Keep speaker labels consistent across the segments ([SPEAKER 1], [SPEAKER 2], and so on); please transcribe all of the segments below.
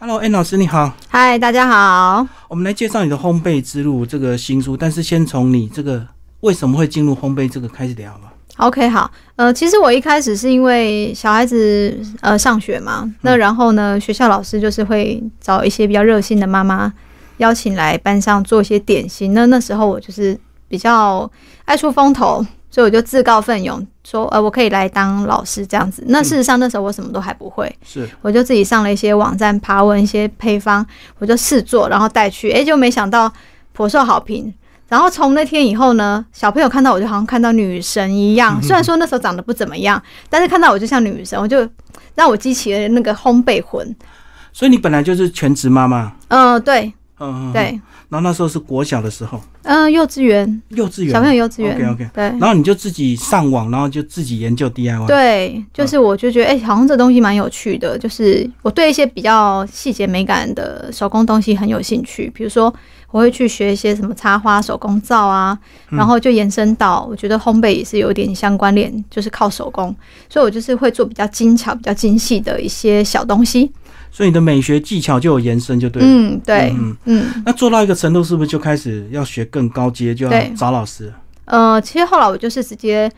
[SPEAKER 1] Hello，安老师你好，
[SPEAKER 2] 嗨，大家好。
[SPEAKER 1] 我们来介绍你的烘焙之路这个新书，但是先从你这个为什么会进入烘焙这个开始聊吧。
[SPEAKER 2] OK，好，呃，其实我一开始是因为小孩子呃上学嘛，那然后呢，学校老师就是会找一些比较热心的妈妈邀请来班上做一些点心。那那时候我就是比较爱出风头，所以我就自告奋勇说，呃，我可以来当老师这样子。那事实上那时候我什么都还不会，
[SPEAKER 1] 是，
[SPEAKER 2] 我就自己上了一些网站爬文一些配方，我就试做，然后带去，诶，就没想到颇受好评。然后从那天以后呢，小朋友看到我就好像看到女神一样，
[SPEAKER 1] 嗯
[SPEAKER 2] 虽然说那时候长得不怎么样，但是看到我就像女神，我就让我激起了那个
[SPEAKER 1] 嗯
[SPEAKER 2] 烘焙魂。
[SPEAKER 1] 所以你本来就是全职妈妈，
[SPEAKER 2] 嗯、对
[SPEAKER 1] 嗯，嗯，嗯
[SPEAKER 2] 对，
[SPEAKER 1] 然后那时候是国小的时候，
[SPEAKER 2] 嗯、幼稚园
[SPEAKER 1] 幼稚园，
[SPEAKER 2] 小朋友幼稚园
[SPEAKER 1] OK，OK
[SPEAKER 2] 对
[SPEAKER 1] 然后你就自己上网，然后就自己研究 DIY。，嗯
[SPEAKER 2] 对，就是我就觉得，哎、好像这东西蛮有趣的。就是我对一些比较细节美感的手工东西很有兴趣，比如说我会去学一些什么插花、手工皂啊，
[SPEAKER 1] 嗯
[SPEAKER 2] 然后就延伸到我觉得烘焙也是有点相关联，就是靠手工，所以我就是会做比较精巧、比较精细的一些小东西。
[SPEAKER 1] 所以你的美学技巧就有延伸，就对了。
[SPEAKER 2] 嗯，对，
[SPEAKER 1] 嗯，
[SPEAKER 2] 嗯，
[SPEAKER 1] 那做到一个程度，是不是就开始要学更高阶，就要
[SPEAKER 2] 对
[SPEAKER 1] 找老师？
[SPEAKER 2] 呃，其实后来我就是直接。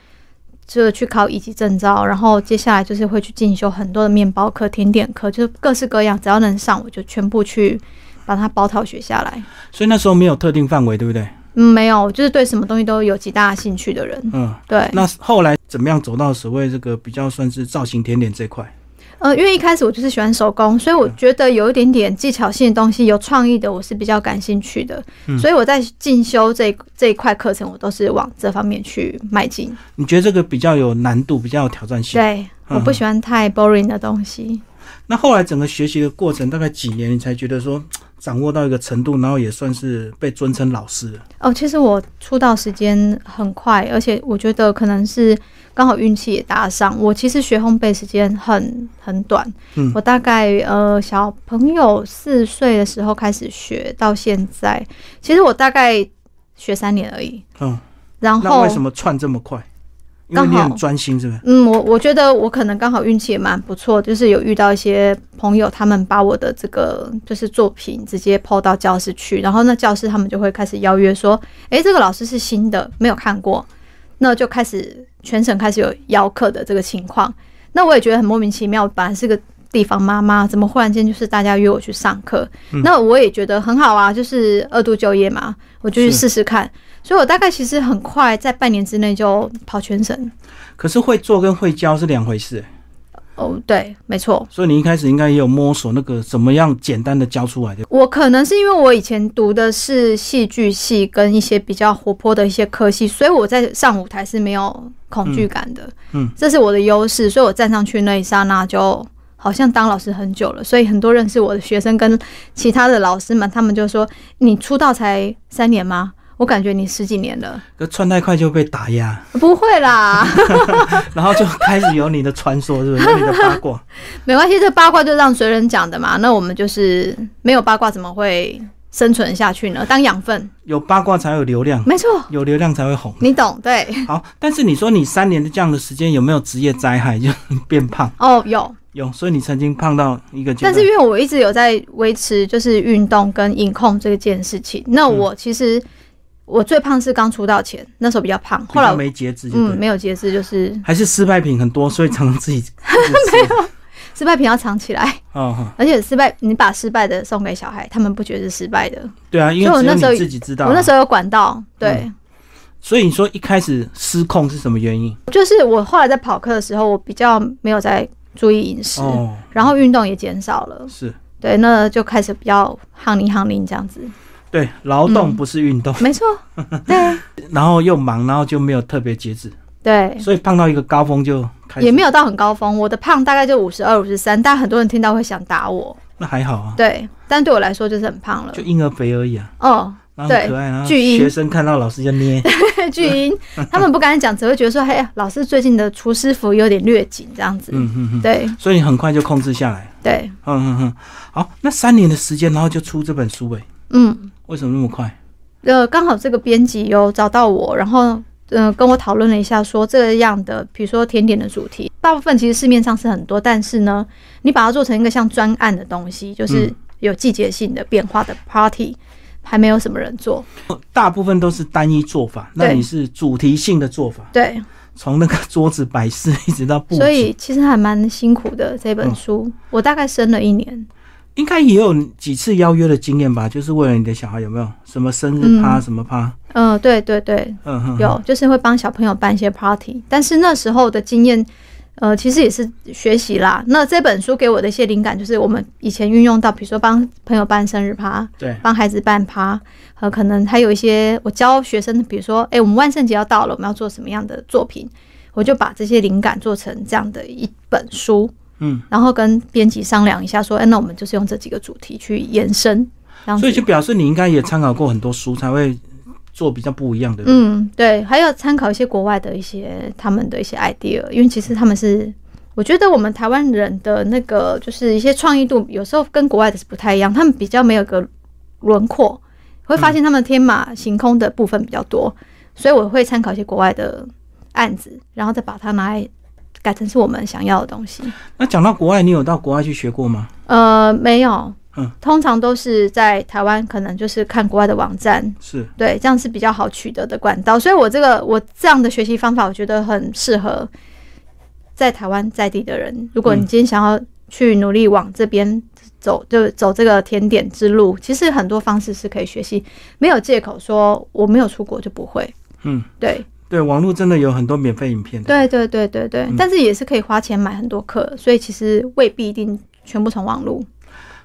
[SPEAKER 2] 就去考一级证照，然后接下来就是会去进修很多的面包课、甜点课，就是各式各样，只要能上我就全部去把它包套学下来。
[SPEAKER 1] 所以那时候没有特定范围，对不对？
[SPEAKER 2] 嗯，没有，我就是对什么东西都有极大的兴趣的人。
[SPEAKER 1] 嗯，
[SPEAKER 2] 对，
[SPEAKER 1] 那后来怎么样走到所谓这个比较算是造型甜点这一块？
[SPEAKER 2] 呃，因为一开始我就是喜欢手工，所以我觉得有一点点技巧性的东西、有创意的，我是比较感兴趣的。所以我在进修这一这一块课程，我都是往这方面去迈进。
[SPEAKER 1] 你觉得这个比较有难度，比较有挑战性？
[SPEAKER 2] 对，我不喜欢太 boring 的东西。
[SPEAKER 1] 那后来整个学习的过程大概几年，你才觉得说掌握到一个程度，然后也算是被尊称老师了。
[SPEAKER 2] 哦，其实我出道时间很快，而且我觉得可能是刚好运气也搭上。我其实学烘焙时间很很短，
[SPEAKER 1] 嗯
[SPEAKER 2] 我大概呃小朋友四岁的时候开始学，到现在，其实我大概学三年而已。
[SPEAKER 1] 嗯，
[SPEAKER 2] 然
[SPEAKER 1] 那
[SPEAKER 2] 后
[SPEAKER 1] 为什么窜这么快？因为
[SPEAKER 2] 刚
[SPEAKER 1] 你
[SPEAKER 2] 好
[SPEAKER 1] 很专心，是不是？
[SPEAKER 2] 嗯，我我觉得我可能刚好运气也蛮不错，就是有遇到一些朋友，他们把我的这个就是作品直接抛到教室去，然后那教室他们就会开始邀约说，诶，这个老师是新的，没有看过，那就开始全省开始有邀课的这个情况。那我也觉得很莫名其妙，我本来是个地方妈妈，怎么忽然间就是大家约我去上课？那我也觉得很好啊，就是二度就业嘛，我就去
[SPEAKER 1] 是
[SPEAKER 2] 试试看。所以我大概其实很快在半年之内就跑全省。
[SPEAKER 1] 可是会做跟会教是两回事，欸
[SPEAKER 2] 哦，对，没错，
[SPEAKER 1] 所以你一开始应该也有摸索那个怎么样简单的教出来的。
[SPEAKER 2] 我可能是因为我以前读的是戏剧系跟一些比较活泼的一些科系，所以我在上舞台是没有恐惧感的，
[SPEAKER 1] 嗯嗯
[SPEAKER 2] 这是我的优势，所以我站上去那一刹那就。好像当老师很久了，所以很多认识我的学生跟其他的老师们，他们就说：“你出道才三年吗？我感觉你十几年了。
[SPEAKER 1] 可窜太快就被打压，”
[SPEAKER 2] 不会啦，
[SPEAKER 1] 然后就开始有你的传说，是不是？有你的八卦。
[SPEAKER 2] 没关系，这八卦就让随人讲的嘛。那我们就是没有八卦怎么会生存下去呢？当养分，
[SPEAKER 1] 有八卦才有流量，
[SPEAKER 2] 没错。
[SPEAKER 1] 有流量才会红。
[SPEAKER 2] 你懂对
[SPEAKER 1] 好，但是你说你三年的这样的时间有没有职业灾害？ 就变胖，
[SPEAKER 2] 哦，有，
[SPEAKER 1] 有，所以你曾经胖到一个阶
[SPEAKER 2] 但
[SPEAKER 1] 段。
[SPEAKER 2] 是因为我一直有在维持就是运动跟饮控这件事情，那
[SPEAKER 1] 嗯
[SPEAKER 2] 我其实、我最胖是刚出道前，那时候比较胖，后来
[SPEAKER 1] 比较
[SPEAKER 2] 我
[SPEAKER 1] 没节制就对了，
[SPEAKER 2] 嗯没有节制，就是
[SPEAKER 1] 还是失败品很多，所以常常自己没 有。
[SPEAKER 2] 失败品要藏起来，
[SPEAKER 1] 哦，哦
[SPEAKER 2] 而且失败你把失败的送给小孩，他们不觉得是失败的。
[SPEAKER 1] 对啊，因
[SPEAKER 2] 所以
[SPEAKER 1] 为
[SPEAKER 2] 我
[SPEAKER 1] 只有
[SPEAKER 2] 那时候
[SPEAKER 1] 你自己知道啊。
[SPEAKER 2] 我那时候有管道，
[SPEAKER 1] 嗯
[SPEAKER 2] 对，
[SPEAKER 1] 所以你说一开始失控是什么原因？
[SPEAKER 2] 就是我后来在跑课的时候，我比较没有在注意饮食，
[SPEAKER 1] 哦，
[SPEAKER 2] 然后运动也减少了，
[SPEAKER 1] 是
[SPEAKER 2] 对，那就开始比较夯零夯零这样子，
[SPEAKER 1] 对劳动
[SPEAKER 2] 嗯
[SPEAKER 1] 不是运动，
[SPEAKER 2] 没错， 对
[SPEAKER 1] 然后又忙，然后就没有特别节制，
[SPEAKER 2] 对。
[SPEAKER 1] 所以胖到一个高峰就开始。
[SPEAKER 2] 也没
[SPEAKER 1] 有，
[SPEAKER 2] 有到很高峰，我的胖大概就五十二、五十三，但很多人听到会想打我，
[SPEAKER 1] 那还好啊，
[SPEAKER 2] 对，但对我来说就是很胖了
[SPEAKER 1] 就。婴儿肥而已啊，
[SPEAKER 2] 哦，
[SPEAKER 1] 然后很
[SPEAKER 2] 对
[SPEAKER 1] 可爱，然后
[SPEAKER 2] 巨婴
[SPEAKER 1] 学生看到老师就 捏。
[SPEAKER 2] 巨婴他们不敢讲，只会觉得说，嘿，老师最近的厨师服有点略紧这样子。
[SPEAKER 1] 嗯嗯嗯，
[SPEAKER 2] 对
[SPEAKER 1] 所以你很快就控制下来。
[SPEAKER 2] 对，
[SPEAKER 1] 嗯嗯嗯，好，那三年的时间，然后就出这本书诶、哎
[SPEAKER 2] 嗯，
[SPEAKER 1] 为什么那么快？
[SPEAKER 2] 呃，刚好这个编辑有找到我，然后嗯、跟我讨论了一下说这样的，比如说甜点的主题，大部分其实市面上是很多，但是呢，你把它做成一个像专案的东西，就是
[SPEAKER 1] 嗯
[SPEAKER 2] 有季节性的变化的 party，还没有什么人做。
[SPEAKER 1] 大部分都是单一做法，那
[SPEAKER 2] 对
[SPEAKER 1] 你是主题性的做法，
[SPEAKER 2] 对，
[SPEAKER 1] 从那个桌子摆饰一直到布
[SPEAKER 2] 所
[SPEAKER 1] 置，
[SPEAKER 2] 以其实还蛮辛苦的这本
[SPEAKER 1] 嗯
[SPEAKER 2] 书，我大概生了一年。
[SPEAKER 1] 应该也有几次邀约的经验吧？就是为了你的小孩有没有什么生日趴、
[SPEAKER 2] 嗯
[SPEAKER 1] 什么趴？
[SPEAKER 2] 嗯、对对对，
[SPEAKER 1] 嗯哼，
[SPEAKER 2] 有，就是会帮小朋友办一些 party，但是那时候的经验，呃，其实也是学习啦。那这本书给我的一些灵感，就是我们以前运用到，比如说帮朋友办生日趴，
[SPEAKER 1] 对，
[SPEAKER 2] 帮孩子办趴，呃，可能还有一些我教学生，比如说，哎、我们万圣节要到了，我们要做什么样的作品？我就把这些灵感做成这样的一本书，
[SPEAKER 1] 嗯，
[SPEAKER 2] 然后跟编辑商量一下，说，哎、那我们就是用这几个主题去延伸，这样子
[SPEAKER 1] 所以就表示你应该也参考过很多书，才会做比较不一样的。，
[SPEAKER 2] 嗯，对，还有参考一些国外的一些他们的一些 idea，因为其实他们是，我觉得我们台湾人的那个就是一些创意度，有时候跟国外的是不太一样，他们比较没有个轮廓，会发现他们天马行空的部分比较多，所以我会参考一些国外的案子，然后再把它拿来改成是我们想要的东西。
[SPEAKER 1] 那讲到国外，你有到国外去学过吗？
[SPEAKER 2] 呃，没有
[SPEAKER 1] 嗯，
[SPEAKER 2] 通常都是在台湾，可能就是看国外的网站，
[SPEAKER 1] 是，
[SPEAKER 2] 对，这样是比较好取得的管道。所以我这个我这样的学习方法，我觉得很适合在台湾在地的人。如果你
[SPEAKER 1] 嗯
[SPEAKER 2] 今天想要去努力往这边走，就走这个甜点之路，其实很多方式是可以学习，没有借口说我没有出国就不会。
[SPEAKER 1] 嗯，
[SPEAKER 2] 对，
[SPEAKER 1] 对，网络真的有很多免费影片的。
[SPEAKER 2] 对，对，对，对，对。
[SPEAKER 1] 嗯
[SPEAKER 2] 但是也是可以花钱买很多课，所以其实未必一定全部从网络。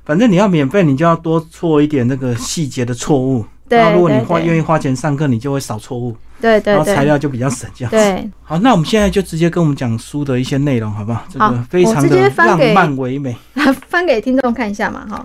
[SPEAKER 1] 反正你要免费，你就要多错一点那个细节的错误。
[SPEAKER 2] 对
[SPEAKER 1] 那如果你
[SPEAKER 2] 对
[SPEAKER 1] 花
[SPEAKER 2] 对
[SPEAKER 1] 愿意花钱上课，你就会少错误，
[SPEAKER 2] 对，
[SPEAKER 1] 然
[SPEAKER 2] 对，
[SPEAKER 1] 后材
[SPEAKER 2] 对，
[SPEAKER 1] 料就比较省这样。
[SPEAKER 2] 对。
[SPEAKER 1] 好，那我们现在就直接跟我们讲书的一些内容，好不好？这
[SPEAKER 2] 好
[SPEAKER 1] 个非常
[SPEAKER 2] 我直
[SPEAKER 1] 的
[SPEAKER 2] 接翻
[SPEAKER 1] 浪
[SPEAKER 2] 给
[SPEAKER 1] 漫唯美。
[SPEAKER 2] 翻给听众看一下嘛，哈，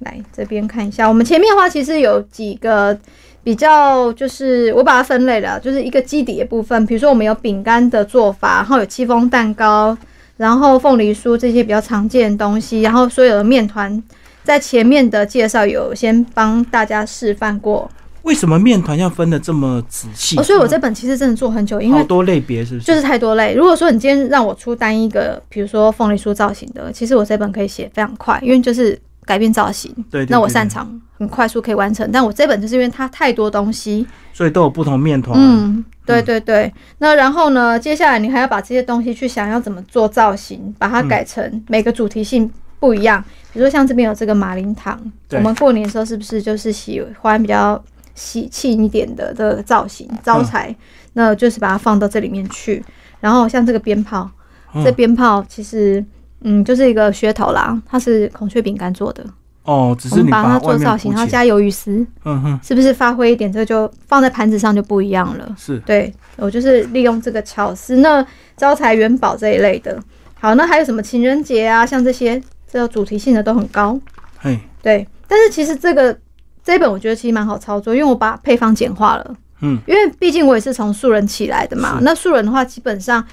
[SPEAKER 2] 来这边看一下。我们前面的话其实有几个比较，就是我把它分类了，就是一个基底的部分，比如说我们有饼干的做法，然后有戚风蛋糕，然后凤梨酥这些比较常见的东西，然后所有的面团。在前面的介绍有先帮大家示范过、
[SPEAKER 1] 为什么面团要分的这么仔细？
[SPEAKER 2] 哦，所以我这本其实真的做很久，因为
[SPEAKER 1] 好多类别是不是？
[SPEAKER 2] 就是太多类。如果说你今天让我出单一个，比如说凤梨酥造型的，其实我这本可以写非常快，因为就是改变造型，
[SPEAKER 1] 对对
[SPEAKER 2] 那我
[SPEAKER 1] 对
[SPEAKER 2] 擅
[SPEAKER 1] 对
[SPEAKER 2] 长很快速可以完成。但我这本就是因为它太多东西，
[SPEAKER 1] 所以都有不同面团。啊
[SPEAKER 2] 嗯，对对对。那然后呢，接下来你还要把这些东西去想要怎么做造型，把它改成每个主题性不一样。比如说像这边有这个马林糖，
[SPEAKER 1] 对
[SPEAKER 2] 我们过年的时候是不是就是喜欢比较喜庆一点的这个造型招
[SPEAKER 1] 嗯
[SPEAKER 2] 财？那就是把它放到这里面去。然后像这个鞭炮，
[SPEAKER 1] 嗯
[SPEAKER 2] 这鞭炮其实嗯就是一个噱头啦，它是孔雀饼干做的，
[SPEAKER 1] 哦，只是
[SPEAKER 2] 我们
[SPEAKER 1] 你
[SPEAKER 2] 把它
[SPEAKER 1] 外
[SPEAKER 2] 做
[SPEAKER 1] 面
[SPEAKER 2] 造
[SPEAKER 1] 包
[SPEAKER 2] 型，然后
[SPEAKER 1] 起来。
[SPEAKER 2] 加鱿鱼丝，
[SPEAKER 1] 嗯哼，
[SPEAKER 2] 是不是发挥一点？这就放在盘子上就不一样了。
[SPEAKER 1] 是
[SPEAKER 2] 对我就是利用这个巧思，那招财元宝这一类的。好，那还有什么情人节啊，像这些这个主题性的都很高。
[SPEAKER 1] 嘿，
[SPEAKER 2] 对，但是其实这个这一本我觉得其实蛮好操作，因为我把配方简化了。
[SPEAKER 1] 嗯，
[SPEAKER 2] 因为毕竟我也是从素人起来的嘛。那素人的话，基本上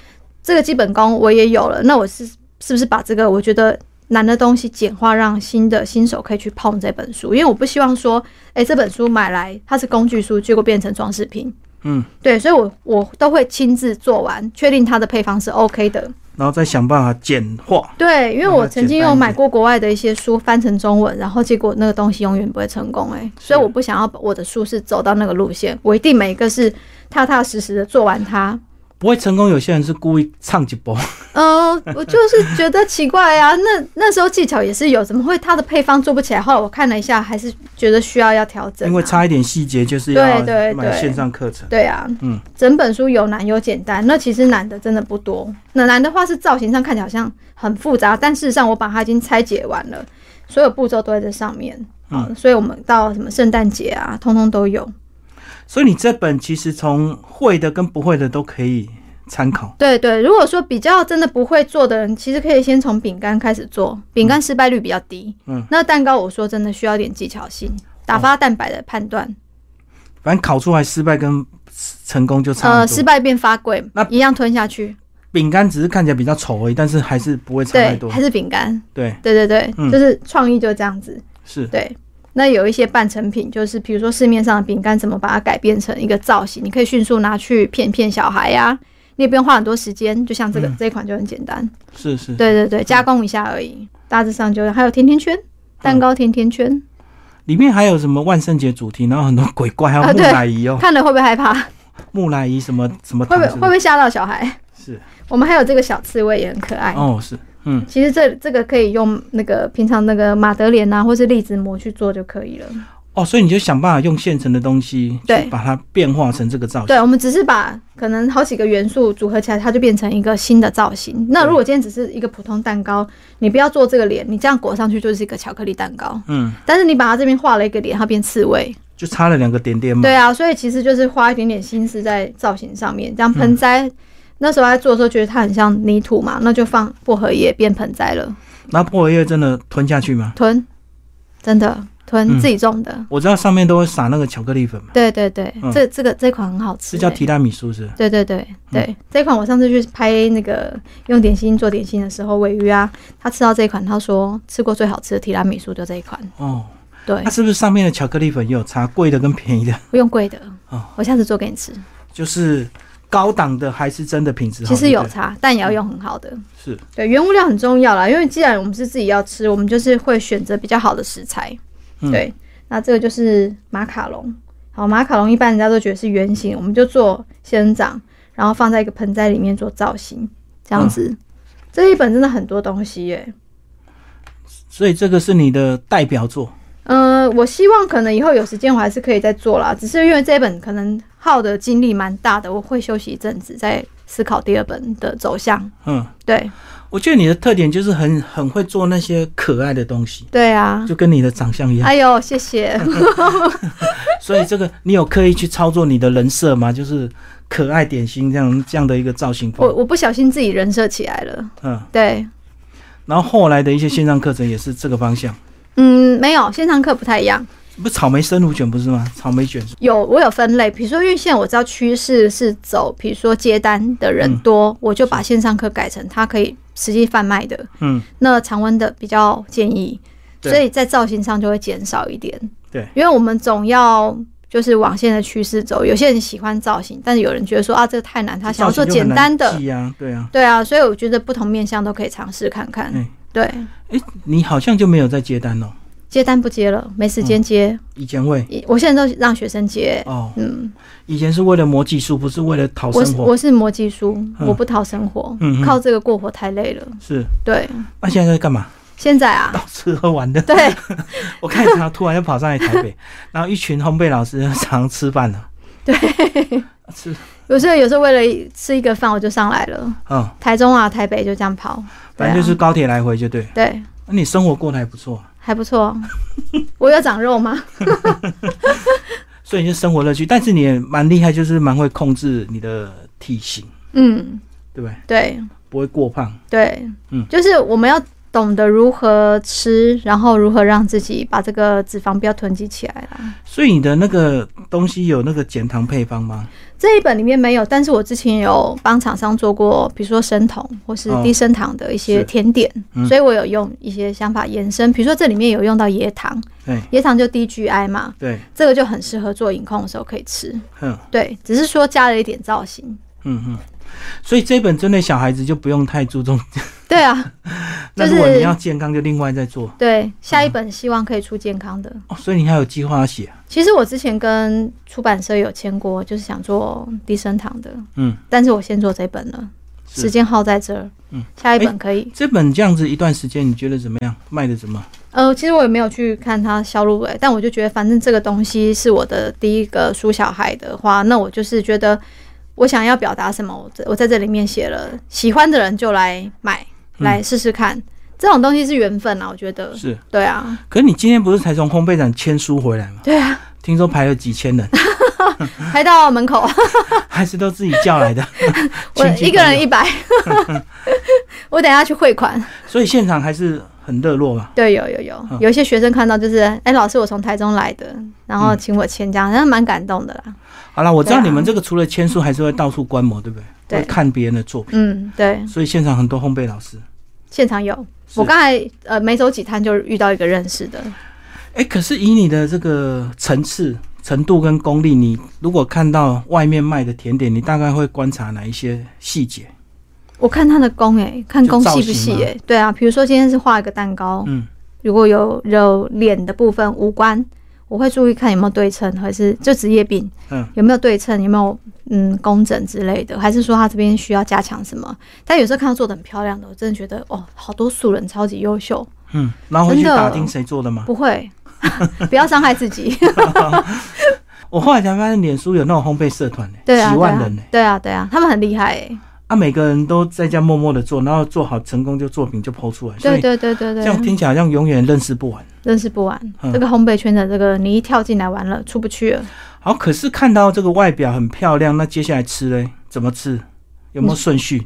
[SPEAKER 2] 这个基本功我也有了，那我是是不是把这个我觉得难的东西简化，让新的新手可以去碰这本书？因为我不希望说，哎、这本书买来它是工具书，结果变成装饰品。
[SPEAKER 1] 嗯，
[SPEAKER 2] 对，所以我我都会亲自做完，确定它的配方是 OK 的。
[SPEAKER 1] 然后再想办法简化。
[SPEAKER 2] 对，因为我曾经
[SPEAKER 1] 让它简单一
[SPEAKER 2] 有
[SPEAKER 1] 点
[SPEAKER 2] 买过国外的一些书，翻成中文，然后结果那个东西永远不会成功、欸，哎，所以我不想要我的书是走到那个路线，我一定每一个是踏踏实实的做完它。
[SPEAKER 1] 不会成功，有些人是故意唱几波。
[SPEAKER 2] 嗯、我就是觉得奇怪啊， 那那时候技巧也是有，怎么会它的配方做不起来？后来我看了一下，还是觉得需要要调整啊、
[SPEAKER 1] 因为差一点细节就是要
[SPEAKER 2] 对对
[SPEAKER 1] 买
[SPEAKER 2] 对
[SPEAKER 1] 线上课程。
[SPEAKER 2] 对啊，
[SPEAKER 1] 嗯，
[SPEAKER 2] 整本书有难有简单，那其实难的真的不多。那难的话是造型上看起来好像很复杂，但事实上我把它已经拆解完了，所有步骤都在这上面。
[SPEAKER 1] 嗯
[SPEAKER 2] 好，所以我们到什么圣诞节啊，通通都有。
[SPEAKER 1] 所以你这本其实从会的跟不会的都可以参考。
[SPEAKER 2] 对对，如果说比较真的不会做的人，其实可以先从饼干开始做，饼干失败率比较低。
[SPEAKER 1] 嗯，
[SPEAKER 2] 那蛋糕我说真的需要点技巧性，打发蛋白的判断，
[SPEAKER 1] 哦反正考出来失败跟成功就差
[SPEAKER 2] 呃，
[SPEAKER 1] 很
[SPEAKER 2] 失
[SPEAKER 1] 多。
[SPEAKER 2] 败变发贵
[SPEAKER 1] 那，
[SPEAKER 2] 一样吞下去。
[SPEAKER 1] 饼干只是看起来比较丑而已，但是还是不会差太
[SPEAKER 2] 对，
[SPEAKER 1] 多
[SPEAKER 2] 还。是饼干。
[SPEAKER 1] 对，
[SPEAKER 2] 对对对，
[SPEAKER 1] 嗯
[SPEAKER 2] 就是创意就这样子。
[SPEAKER 1] 是。
[SPEAKER 2] 对，那有一些半成品，就是比如说市面上的饼干，怎么把它改变成一个造型，你可以迅速拿去骗骗小孩呀、你也不用花很多时间，就像这个、
[SPEAKER 1] 嗯
[SPEAKER 2] 这一款就很简单。
[SPEAKER 1] 是是，
[SPEAKER 2] 对对对，加工一下而已，大致上就是还有甜甜圈。蛋糕甜甜圈，
[SPEAKER 1] 里面还有什么万圣节主题，然后很多鬼怪，还
[SPEAKER 2] 啊
[SPEAKER 1] 有木
[SPEAKER 2] 对
[SPEAKER 1] 乃伊哦，
[SPEAKER 2] 看了会不会害怕？
[SPEAKER 1] 木乃伊什么什么
[SPEAKER 2] 会
[SPEAKER 1] 糖
[SPEAKER 2] 不会
[SPEAKER 1] 是不
[SPEAKER 2] 会不
[SPEAKER 1] 是
[SPEAKER 2] 会吓到小孩？
[SPEAKER 1] 是
[SPEAKER 2] 我们还有这个小刺猬也很可爱。
[SPEAKER 1] 哦是嗯
[SPEAKER 2] 其实这这个可以用那个平常那个马德莲啊，或是栗子膜去做就可以了。
[SPEAKER 1] 哦，所以你就想办法用现成的东西，
[SPEAKER 2] 对
[SPEAKER 1] 去把它变化成这个造型。
[SPEAKER 2] 对，我们只是把可能好几个元素组合起来，它就变成一个新的造型。那如果今天只是一个普通蛋糕，你不要做这个脸，你这样裹上去就是一个巧克力蛋糕。
[SPEAKER 1] 嗯，
[SPEAKER 2] 但是你把它这边画了一个脸，它变刺猬。
[SPEAKER 1] 就差了两个点点嘛。
[SPEAKER 2] 对啊，所以其实就是花一点点心思在造型上面。这样盆
[SPEAKER 1] 嗯
[SPEAKER 2] 栽、那时候在做的时候，觉得它很像泥土嘛，那就放薄荷叶变盆栽了。
[SPEAKER 1] 那薄荷叶真的吞下去吗？
[SPEAKER 2] 吞，真的
[SPEAKER 1] 嗯
[SPEAKER 2] 吞自己种的。
[SPEAKER 1] 我知道上面都会撒那个巧克力粉嘛，
[SPEAKER 2] 对对对，
[SPEAKER 1] 嗯
[SPEAKER 2] 这这个这款很好吃、
[SPEAKER 1] 是叫
[SPEAKER 2] 欸
[SPEAKER 1] 提拉米苏是不是？
[SPEAKER 2] 对对对
[SPEAKER 1] 嗯
[SPEAKER 2] 对，这款我上次去拍那个用点心做点心的时候，尾鱼啊，他吃到这一款，他说吃过最好吃的提拉米苏就这一款。
[SPEAKER 1] 哦，
[SPEAKER 2] 对
[SPEAKER 1] 那，是不是上面的巧克力粉也有差贵的跟便宜的？
[SPEAKER 2] 不用贵的
[SPEAKER 1] 哦，
[SPEAKER 2] 我下次做给你吃。
[SPEAKER 1] 就是高档的还是真的品质好？
[SPEAKER 2] 其实
[SPEAKER 1] 对不
[SPEAKER 2] 有
[SPEAKER 1] 对
[SPEAKER 2] 差，但也要用很好的。
[SPEAKER 1] 是
[SPEAKER 2] 对，原物料很重要啦，因为既然我们是自己要吃，我们就是会选择比较好的食材。
[SPEAKER 1] 嗯
[SPEAKER 2] 对，那这个就是马卡龙。好，马卡龙一般人家都觉得是圆形，我们就做仙人掌，然后放在一个盆栽里面做造型，这样子。
[SPEAKER 1] 嗯
[SPEAKER 2] 这一本真的很多东西耶、
[SPEAKER 1] 所以这个是你的代表作。
[SPEAKER 2] 嗯，我希望可能以后有时间我还是可以再做啦，只是因为这一本可能耗的精力蛮大的，我会休息一阵子，再思考第二本的走向。
[SPEAKER 1] 嗯，
[SPEAKER 2] 对，
[SPEAKER 1] 我觉得你的特点就是很很会做那些可爱的东西，
[SPEAKER 2] 对啊。
[SPEAKER 1] 就跟你的长相一样。
[SPEAKER 2] 哎呦，谢谢。
[SPEAKER 1] 所以这个你有刻意去操作你的人设吗？就是可爱点心这样这样的一个造型
[SPEAKER 2] 我
[SPEAKER 1] 风。
[SPEAKER 2] 我不小心自己人设起来了。
[SPEAKER 1] 嗯，
[SPEAKER 2] 对，
[SPEAKER 1] 然后后来的一些线上课程也是这个方向。
[SPEAKER 2] 嗯，没有线上课不太一样。
[SPEAKER 1] 不，草莓生乳卷不是吗？草莓卷
[SPEAKER 2] 有我有分类，比如说，因为现在我知道趋势是走，比如说接单的人多，我就把线上课改成它可以实际贩卖的。
[SPEAKER 1] 嗯，
[SPEAKER 2] 那常温的比较建议，
[SPEAKER 1] 对
[SPEAKER 2] 所以在造型上就会减少一点。
[SPEAKER 1] 对，
[SPEAKER 2] 因为我们总要。就是往现在的趋势走，有些人喜欢造型，但是有人觉得说啊，这个太难，他想要做
[SPEAKER 1] 造型就
[SPEAKER 2] 简
[SPEAKER 1] 很难
[SPEAKER 2] 单的，
[SPEAKER 1] 记啊，对啊。
[SPEAKER 2] 对啊，所以我觉得不同面向都可以尝试看看。
[SPEAKER 1] 嗯
[SPEAKER 2] 对，
[SPEAKER 1] 你好像就没有在接单哦，
[SPEAKER 2] 接单不接了，没时间接，
[SPEAKER 1] 以前会
[SPEAKER 2] 以我现在都让学生接。
[SPEAKER 1] 嗯哦，
[SPEAKER 2] 嗯，
[SPEAKER 1] 以前是为了磨技术，不是为了讨
[SPEAKER 2] 我是
[SPEAKER 1] 生活。
[SPEAKER 2] 我是磨技术，
[SPEAKER 1] 嗯
[SPEAKER 2] 我不讨生活，
[SPEAKER 1] 嗯嗯
[SPEAKER 2] 靠这个过活太累了。
[SPEAKER 1] 是，
[SPEAKER 2] 对，
[SPEAKER 1] 那现在在干嘛？
[SPEAKER 2] 现在啊，
[SPEAKER 1] 到 吃喝玩乐。
[SPEAKER 2] 对
[SPEAKER 1] 我看他突然就跑上来台 北，然后一群烘焙老师常吃饭了。对，吃，
[SPEAKER 2] 有时候有时候为了吃一个饭我就上来了，
[SPEAKER 1] 嗯，
[SPEAKER 2] 台中啊、台北就这样跑，
[SPEAKER 1] 反正就是高铁来回就对。
[SPEAKER 2] 对,、对，
[SPEAKER 1] 那你生活过得还不错，
[SPEAKER 2] 还不错。我有长肉吗？
[SPEAKER 1] 所以你就生活乐趣，但是你也蛮厉害，就是蛮会控制你的体型，
[SPEAKER 2] 嗯，
[SPEAKER 1] 对不对？
[SPEAKER 2] 对
[SPEAKER 1] 不会过胖。
[SPEAKER 2] 对，
[SPEAKER 1] 嗯
[SPEAKER 2] 就是我们要懂得如何吃，然后如何让自己把这个脂肪不要囤积起来啦。
[SPEAKER 1] 所以你的那个东西有那个减糖配方吗？
[SPEAKER 2] 这一本里面没有，但是我之前有帮厂商做过，比如说生酮或是低升糖的一
[SPEAKER 1] 哦是
[SPEAKER 2] 些甜点，
[SPEAKER 1] 嗯
[SPEAKER 2] 所以我有用一些想法延伸，比如说这里面有用到椰糖，
[SPEAKER 1] 对
[SPEAKER 2] 椰糖就低 GI 嘛，
[SPEAKER 1] 对，
[SPEAKER 2] 这个就很适合做饮控的时候可以吃。
[SPEAKER 1] 嗯
[SPEAKER 2] 对，只是说加了一点造型。
[SPEAKER 1] 嗯嗯。所以这本针对小孩子就不用太注重，
[SPEAKER 2] 对啊，
[SPEAKER 1] 那
[SPEAKER 2] 就是
[SPEAKER 1] 如果你要健康就另外再做
[SPEAKER 2] 对，下一本希望可以出健康的。
[SPEAKER 1] 哦。所以你还有计划要写，
[SPEAKER 2] 其实我之前跟出版社有签过，就是想做低升糖的，
[SPEAKER 1] 嗯，
[SPEAKER 2] 但是我先做这本了，
[SPEAKER 1] 是
[SPEAKER 2] 时间耗在这儿，
[SPEAKER 1] 嗯，
[SPEAKER 2] 下一
[SPEAKER 1] 哎
[SPEAKER 2] 本可以。
[SPEAKER 1] 这本这样子一段时间，你觉得怎么样？卖的怎么样？
[SPEAKER 2] 呃，其实我也没有去看它销路诶，但我就觉得，反正这个东西是我的第一个书小孩的话，那我就是觉得我想要表达什么，我在我在这里面写了，喜欢的人就来买，
[SPEAKER 1] 嗯
[SPEAKER 2] 来试试看。这种东西是缘分啊，我觉得。
[SPEAKER 1] 是，
[SPEAKER 2] 对啊，
[SPEAKER 1] 可是你今天不是才从烘焙展签书回来吗？
[SPEAKER 2] 对啊，
[SPEAKER 1] 听说排了几千 人，
[SPEAKER 2] 排到门口，。
[SPEAKER 1] 还是都自己叫来的
[SPEAKER 2] 我
[SPEAKER 1] 亲戚
[SPEAKER 2] 一个
[SPEAKER 1] 朋
[SPEAKER 2] 人
[SPEAKER 1] 友
[SPEAKER 2] 一 百，我等一下去汇款。
[SPEAKER 1] 所以现场还是很热络嘛。
[SPEAKER 2] 对，有有有
[SPEAKER 1] 嗯，
[SPEAKER 2] 有一些学生看到就是，哎、老师，我从台中来的，然后请我签这
[SPEAKER 1] 嗯
[SPEAKER 2] 样，然后蛮感动的啦。
[SPEAKER 1] 好了，我知道
[SPEAKER 2] 对啊
[SPEAKER 1] 你们这个除了签书，还是会到处观摩，对不对？
[SPEAKER 2] 对
[SPEAKER 1] 会看别人的作品，
[SPEAKER 2] 嗯，对，
[SPEAKER 1] 所以现场很多烘焙老师。
[SPEAKER 2] 现场有。
[SPEAKER 1] 是
[SPEAKER 2] 我刚才呃没走几摊就遇到一个认识的，
[SPEAKER 1] 哎、可是以你的这个层次、程度跟功力，你如果看到外面卖的甜点，你大概会观察哪一些细节？
[SPEAKER 2] 我看他的工哎、看
[SPEAKER 1] 就
[SPEAKER 2] 工
[SPEAKER 1] 造
[SPEAKER 2] 细不细
[SPEAKER 1] 型吗
[SPEAKER 2] 哎、对啊，比如说今天是画一个蛋糕，
[SPEAKER 1] 嗯，
[SPEAKER 2] 如果有有脸的部分五官，我会注意看有没有对称，还是就职业病，
[SPEAKER 1] 嗯，
[SPEAKER 2] 有没有对称，有没有嗯工整之类的，还是说他这边需要加强什么？但有时候看到做的很漂亮的，我真的觉得哦，好多素人超级优秀，
[SPEAKER 1] 嗯，然后回去
[SPEAKER 2] 真的
[SPEAKER 1] 打听谁做的吗？
[SPEAKER 2] 不会， 不要伤害自 己。
[SPEAKER 1] 我后来才发现，脸书有那种烘焙社团、欸，
[SPEAKER 2] 对啊，
[SPEAKER 1] 几
[SPEAKER 2] 对
[SPEAKER 1] 万
[SPEAKER 2] 啊
[SPEAKER 1] 人呢、欸，
[SPEAKER 2] 对啊，对啊，他们很厉害
[SPEAKER 1] 啊，
[SPEAKER 2] 哎、
[SPEAKER 1] 每个人都在家默默的做，然后做好成功就作品就抛出来，所
[SPEAKER 2] 对
[SPEAKER 1] 以
[SPEAKER 2] 对对对
[SPEAKER 1] 这样
[SPEAKER 2] 对，
[SPEAKER 1] 听起来好像永远认识不完。
[SPEAKER 2] 认识不完。
[SPEAKER 1] 嗯
[SPEAKER 2] 这个烘焙圈的这个，你一跳进来完了，出不去了。
[SPEAKER 1] 好，可是看到这个外表很漂亮，那接下来吃嘞，怎么吃？有没有顺序？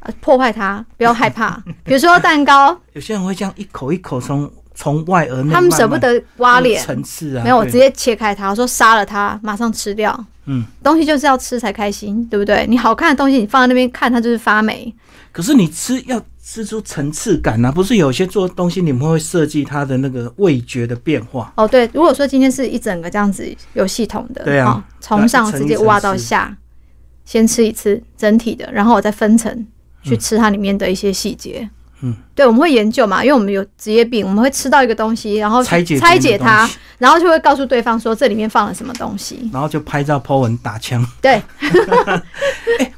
[SPEAKER 2] 呃破坏它，不要害怕。 比如说 蛋糕，
[SPEAKER 1] 有些人会这样一口一口从从外而内慢慢，
[SPEAKER 2] 他们舍不得挖脸，
[SPEAKER 1] 层次啊，
[SPEAKER 2] 没有，我
[SPEAKER 1] 对
[SPEAKER 2] 直接切开它，我说杀了它，马上吃掉。
[SPEAKER 1] 嗯。
[SPEAKER 2] 东西就是要吃才开心，对不对？你好看的东西，你放在那边看，它就是发霉。
[SPEAKER 1] 可是你吃要吃出层次感啊，不是有些做东西你们会设计它的那个味觉的变化，
[SPEAKER 2] 哦，对，如果说今天是一整个这样子有系统的，
[SPEAKER 1] 对啊
[SPEAKER 2] 哦从上直接挖到下，先吃一次整体的，然后我再分层去吃它里面的一些细节。
[SPEAKER 1] 嗯，
[SPEAKER 2] 对，我们会研究嘛，因为我们有职业病，我们会吃到一个东西，然后去
[SPEAKER 1] 拆解
[SPEAKER 2] 哦拆
[SPEAKER 1] 别
[SPEAKER 2] 解
[SPEAKER 1] 人的东
[SPEAKER 2] 它
[SPEAKER 1] 西，
[SPEAKER 2] 然后就会告诉对方说这里面放了什么东西。
[SPEAKER 1] 然后就拍照 po 文打枪。
[SPEAKER 2] 对，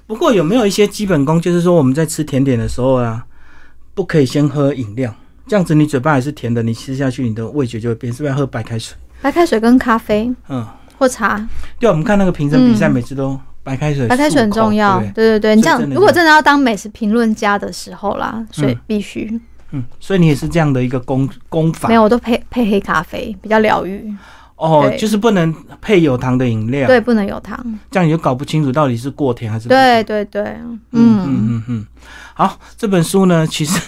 [SPEAKER 1] 不过有没有一些基本功，就是说我们在吃甜点的时候啊，不可以先喝饮料，这样子你嘴巴还是甜的，你吃下去你的味觉就会变，是不是要喝白开水？
[SPEAKER 2] 白开水跟咖啡
[SPEAKER 1] 嗯，
[SPEAKER 2] 或茶，
[SPEAKER 1] 对啊，我们看那个评审比赛，
[SPEAKER 2] 嗯
[SPEAKER 1] 每次都白开水漱口，
[SPEAKER 2] 白开水很重要
[SPEAKER 1] 对不，对
[SPEAKER 2] 对对对，你这样
[SPEAKER 1] 所以真的
[SPEAKER 2] 如果真的要当美食评论家的时候啦，水必须
[SPEAKER 1] 嗯，所以你也是这样的一个功功法
[SPEAKER 2] 没有，我都配配黑咖啡比较疗愈，
[SPEAKER 1] 哦，
[SPEAKER 2] 对
[SPEAKER 1] 就是不能配有糖的饮料，
[SPEAKER 2] 对，，不能有糖，
[SPEAKER 1] 这样你就搞不清楚到底是过甜还是不
[SPEAKER 2] 对
[SPEAKER 1] 甜
[SPEAKER 2] 对对，
[SPEAKER 1] 嗯嗯
[SPEAKER 2] 嗯，
[SPEAKER 1] 嗯嗯。好，这本书呢，其实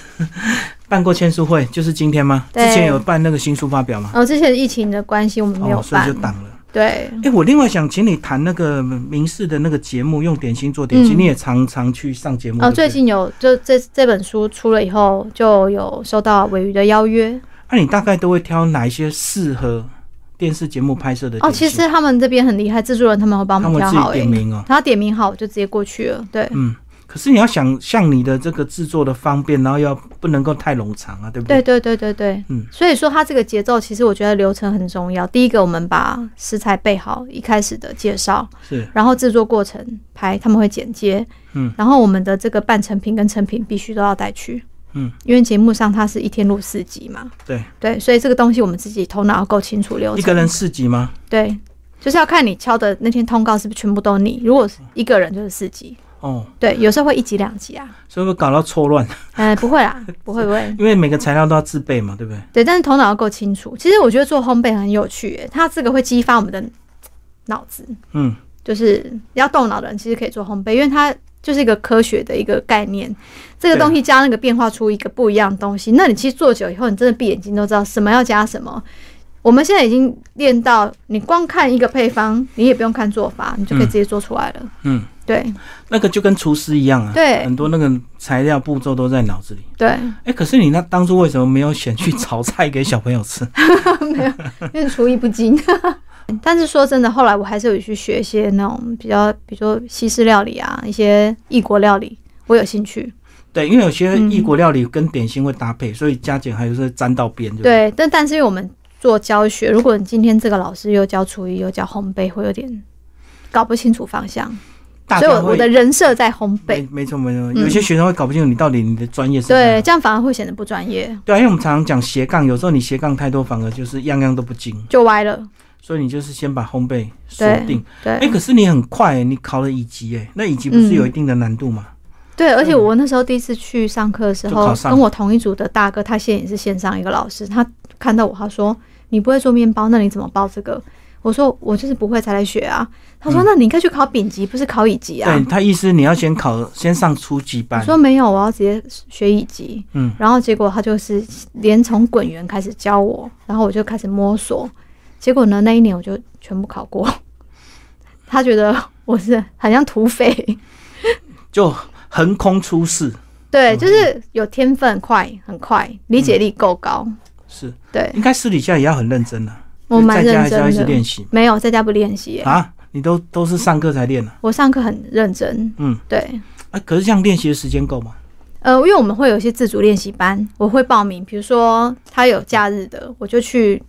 [SPEAKER 1] 办过签书会，就是今天吗？之
[SPEAKER 2] 对
[SPEAKER 1] 前有办那个新书发表嘛，
[SPEAKER 2] 然后哦之前疫情的关系，我们没有
[SPEAKER 1] 哦，所以
[SPEAKER 2] 办
[SPEAKER 1] 就，挡了。
[SPEAKER 2] 对，
[SPEAKER 1] 哎、我另外想请你谈那个民事的那个节目，用点心做点心，
[SPEAKER 2] 嗯
[SPEAKER 1] 你也常常去上节目。
[SPEAKER 2] 然后
[SPEAKER 1] 对
[SPEAKER 2] 哦最
[SPEAKER 1] 不对，
[SPEAKER 2] 近有就这这本书出了以后，就有收到尾鱼的邀约
[SPEAKER 1] 那、啊你大概都会挑哪一些适合电视节目拍摄的
[SPEAKER 2] 哦，
[SPEAKER 1] 点心？
[SPEAKER 2] 其实他们这边很厉害，制作人他们会帮我
[SPEAKER 1] 他
[SPEAKER 2] 们
[SPEAKER 1] 们
[SPEAKER 2] 挑
[SPEAKER 1] 自己
[SPEAKER 2] 好，诶
[SPEAKER 1] 点，名哦。
[SPEAKER 2] 他点名好我就直接过去了，对。
[SPEAKER 1] 嗯，可是你要想像你的这个制作的方便，然后要不能够太冗长啊，对不
[SPEAKER 2] 对
[SPEAKER 1] 对？
[SPEAKER 2] 对对对对，
[SPEAKER 1] 嗯
[SPEAKER 2] 所以说它这个节奏，其实我觉得流程很重要。第一个，我们把食材备好，一开始的介绍，
[SPEAKER 1] 是
[SPEAKER 2] 然后制作过程拍，他们会剪接，
[SPEAKER 1] 嗯，
[SPEAKER 2] 然后我们的这个半成品跟成品必须都要带去，
[SPEAKER 1] 嗯，
[SPEAKER 2] 因为节目上它是一天录四集嘛，
[SPEAKER 1] 对，
[SPEAKER 2] 对，所以这个东西我们自己头脑要够清楚流程。
[SPEAKER 1] 一个人四集吗？
[SPEAKER 2] 对，就是要看你敲的那天通告是不是全部都你，如果是一个人就是四集，
[SPEAKER 1] 哦，
[SPEAKER 2] 对，有时候会一集两集啊，
[SPEAKER 1] 所以会搞到错乱，
[SPEAKER 2] 呃，不会啦，不会不会，
[SPEAKER 1] 因为每个材料都要自备嘛，对不对？
[SPEAKER 2] 对，但是头脑要够清楚。其实我觉得做烘焙很有趣、耶，它这个会激发我们的脑子，
[SPEAKER 1] 嗯，
[SPEAKER 2] 就是要动脑的人其实可以做烘焙，因为它就是一个科学的一个概念。这个
[SPEAKER 1] 对啊
[SPEAKER 2] 东西加那个变化出一个不一样的东西，那你其实做久以后，你真的闭眼睛都知道什么要加什么。我们现在已经练到，你光看一个配方，你也不用看做法，你就可
[SPEAKER 1] 嗯
[SPEAKER 2] 以直接做出来了。
[SPEAKER 1] 嗯，
[SPEAKER 2] 对
[SPEAKER 1] 那个就跟厨师一样啊，
[SPEAKER 2] 对
[SPEAKER 1] 很多那个材料步骤都在脑子里。
[SPEAKER 2] 对，
[SPEAKER 1] 哎，可是你那当初为什么没有选 去炒菜给小朋友吃？
[SPEAKER 2] 因为厨艺不精。 但是说真的，后来我还是有去学一些那种比较，比如说西式料理啊，一些异国料理，我有兴趣。
[SPEAKER 1] 对，因为有些
[SPEAKER 2] 嗯
[SPEAKER 1] 异国料理跟点心会搭配，所以加减还有是沾到边，对不对？
[SPEAKER 2] 对，但但是因为我们做教学，如果你今天这个老师又教厨艺又教烘焙，会有点搞不清楚方向。
[SPEAKER 1] 大
[SPEAKER 2] 所以
[SPEAKER 1] 家
[SPEAKER 2] 我我
[SPEAKER 1] 会
[SPEAKER 2] 的人设在烘
[SPEAKER 1] 没啊
[SPEAKER 2] 焙，
[SPEAKER 1] 没错没错，
[SPEAKER 2] 嗯
[SPEAKER 1] 有些学生会搞不清楚你到底你的专业是什么。
[SPEAKER 2] 对，这样反而会显得不专业，
[SPEAKER 1] 对啊，因为我们常常讲斜杠，有时候你斜杠太多，反而就是样样都不精，
[SPEAKER 2] 就歪了。
[SPEAKER 1] 所以你就是先把烘焙锁
[SPEAKER 2] 对
[SPEAKER 1] 定。
[SPEAKER 2] 对、嗯
[SPEAKER 1] 哎、可是你很快、你考了乙级哎、那乙级不是有一定的难度吗？
[SPEAKER 2] 对，而且我那时候第一次去上课的时
[SPEAKER 1] 嗯就
[SPEAKER 2] 候
[SPEAKER 1] 考，上
[SPEAKER 2] 跟我同一组的大哥，他现在也是线上一个老师，他看到我，他说：“你不会做面包，那你怎么包这个？”我说：“我就是不会才来学啊。”他说：“那你应该去考丙级，不是考乙级啊
[SPEAKER 1] 嗯对，他意思你要先考，先上初级？”
[SPEAKER 2] 我
[SPEAKER 1] 班。
[SPEAKER 2] 说：“没有，我要直接学乙级。”
[SPEAKER 1] 嗯，
[SPEAKER 2] 然后结果他就是连从滚圆开始教我，然后我就开始摸索。结果呢，那一年我就全部考过。 他觉得我是很像土匪，
[SPEAKER 1] 就横空出世，
[SPEAKER 2] 嗯对，就是有天分，快，很快，理解力够高，
[SPEAKER 1] 是，
[SPEAKER 2] 对
[SPEAKER 1] 应该私底下也要很认真啊。
[SPEAKER 2] 嗯我
[SPEAKER 1] 就
[SPEAKER 2] 蛮
[SPEAKER 1] 在家
[SPEAKER 2] 认
[SPEAKER 1] 还是要一直
[SPEAKER 2] 真的，
[SPEAKER 1] 练习
[SPEAKER 2] 没有在家不练习耶、
[SPEAKER 1] 啊，你都都是上课才练啊。
[SPEAKER 2] 我上课很认真，
[SPEAKER 1] 嗯，
[SPEAKER 2] 对，
[SPEAKER 1] 啊，可是这样练习的时间够吗？
[SPEAKER 2] 呃，因为我们会有一些自主练习班，我会报名，比如说他有假日的，我就去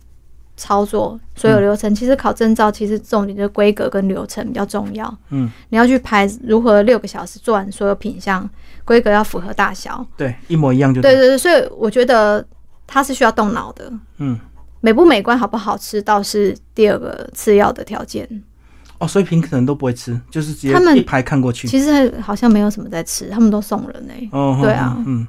[SPEAKER 2] 操作所有流
[SPEAKER 1] 嗯
[SPEAKER 2] 程。其实考证照，其实重点就是规格跟流程比较重要。
[SPEAKER 1] 嗯，
[SPEAKER 2] 你要去排如何六个小时做完所有品项，规格要符合大小。
[SPEAKER 1] 对，一模一样就
[SPEAKER 2] 对对对，所以我觉得它是需要动脑的。
[SPEAKER 1] 嗯，
[SPEAKER 2] 美不美观、好不好吃，倒是第二个次要的条件。
[SPEAKER 1] 哦，所以平可能都不会吃，就是直接
[SPEAKER 2] 他们
[SPEAKER 1] 一排看过去。
[SPEAKER 2] 其实好像没有什么在吃，他们都送人哎、
[SPEAKER 1] 哦，
[SPEAKER 2] 对啊
[SPEAKER 1] 嗯，嗯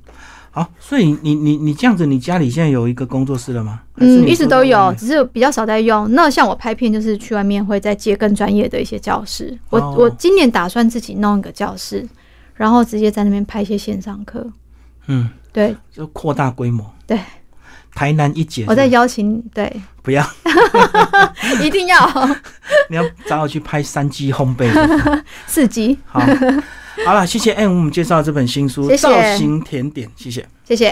[SPEAKER 1] 好，所以你你你这样子，你家里现在有一个工作室了吗？还是欸
[SPEAKER 2] 嗯，
[SPEAKER 1] 你
[SPEAKER 2] 一直
[SPEAKER 1] 说
[SPEAKER 2] 都有，
[SPEAKER 1] 你
[SPEAKER 2] 只是比较少在用。那像我拍片，就是去外面会再接更专业的一些教室。我、
[SPEAKER 1] 哦
[SPEAKER 2] 我今年打算自己弄一个教室，然后直接在那边拍一些线上课。
[SPEAKER 1] 嗯，
[SPEAKER 2] 对，
[SPEAKER 1] 就扩大规模。
[SPEAKER 2] 对，
[SPEAKER 1] 台南一姐，
[SPEAKER 2] 我在邀请，对，
[SPEAKER 1] 不要，
[SPEAKER 2] 一定要
[SPEAKER 1] 你要找我去拍三 G 烘焙的。
[SPEAKER 2] 四级，
[SPEAKER 1] 好，好了，谢谢 M 我们介绍这本新书
[SPEAKER 2] 谢
[SPEAKER 1] 《
[SPEAKER 2] 谢
[SPEAKER 1] 造型甜点》，谢谢。
[SPEAKER 2] 谢谢。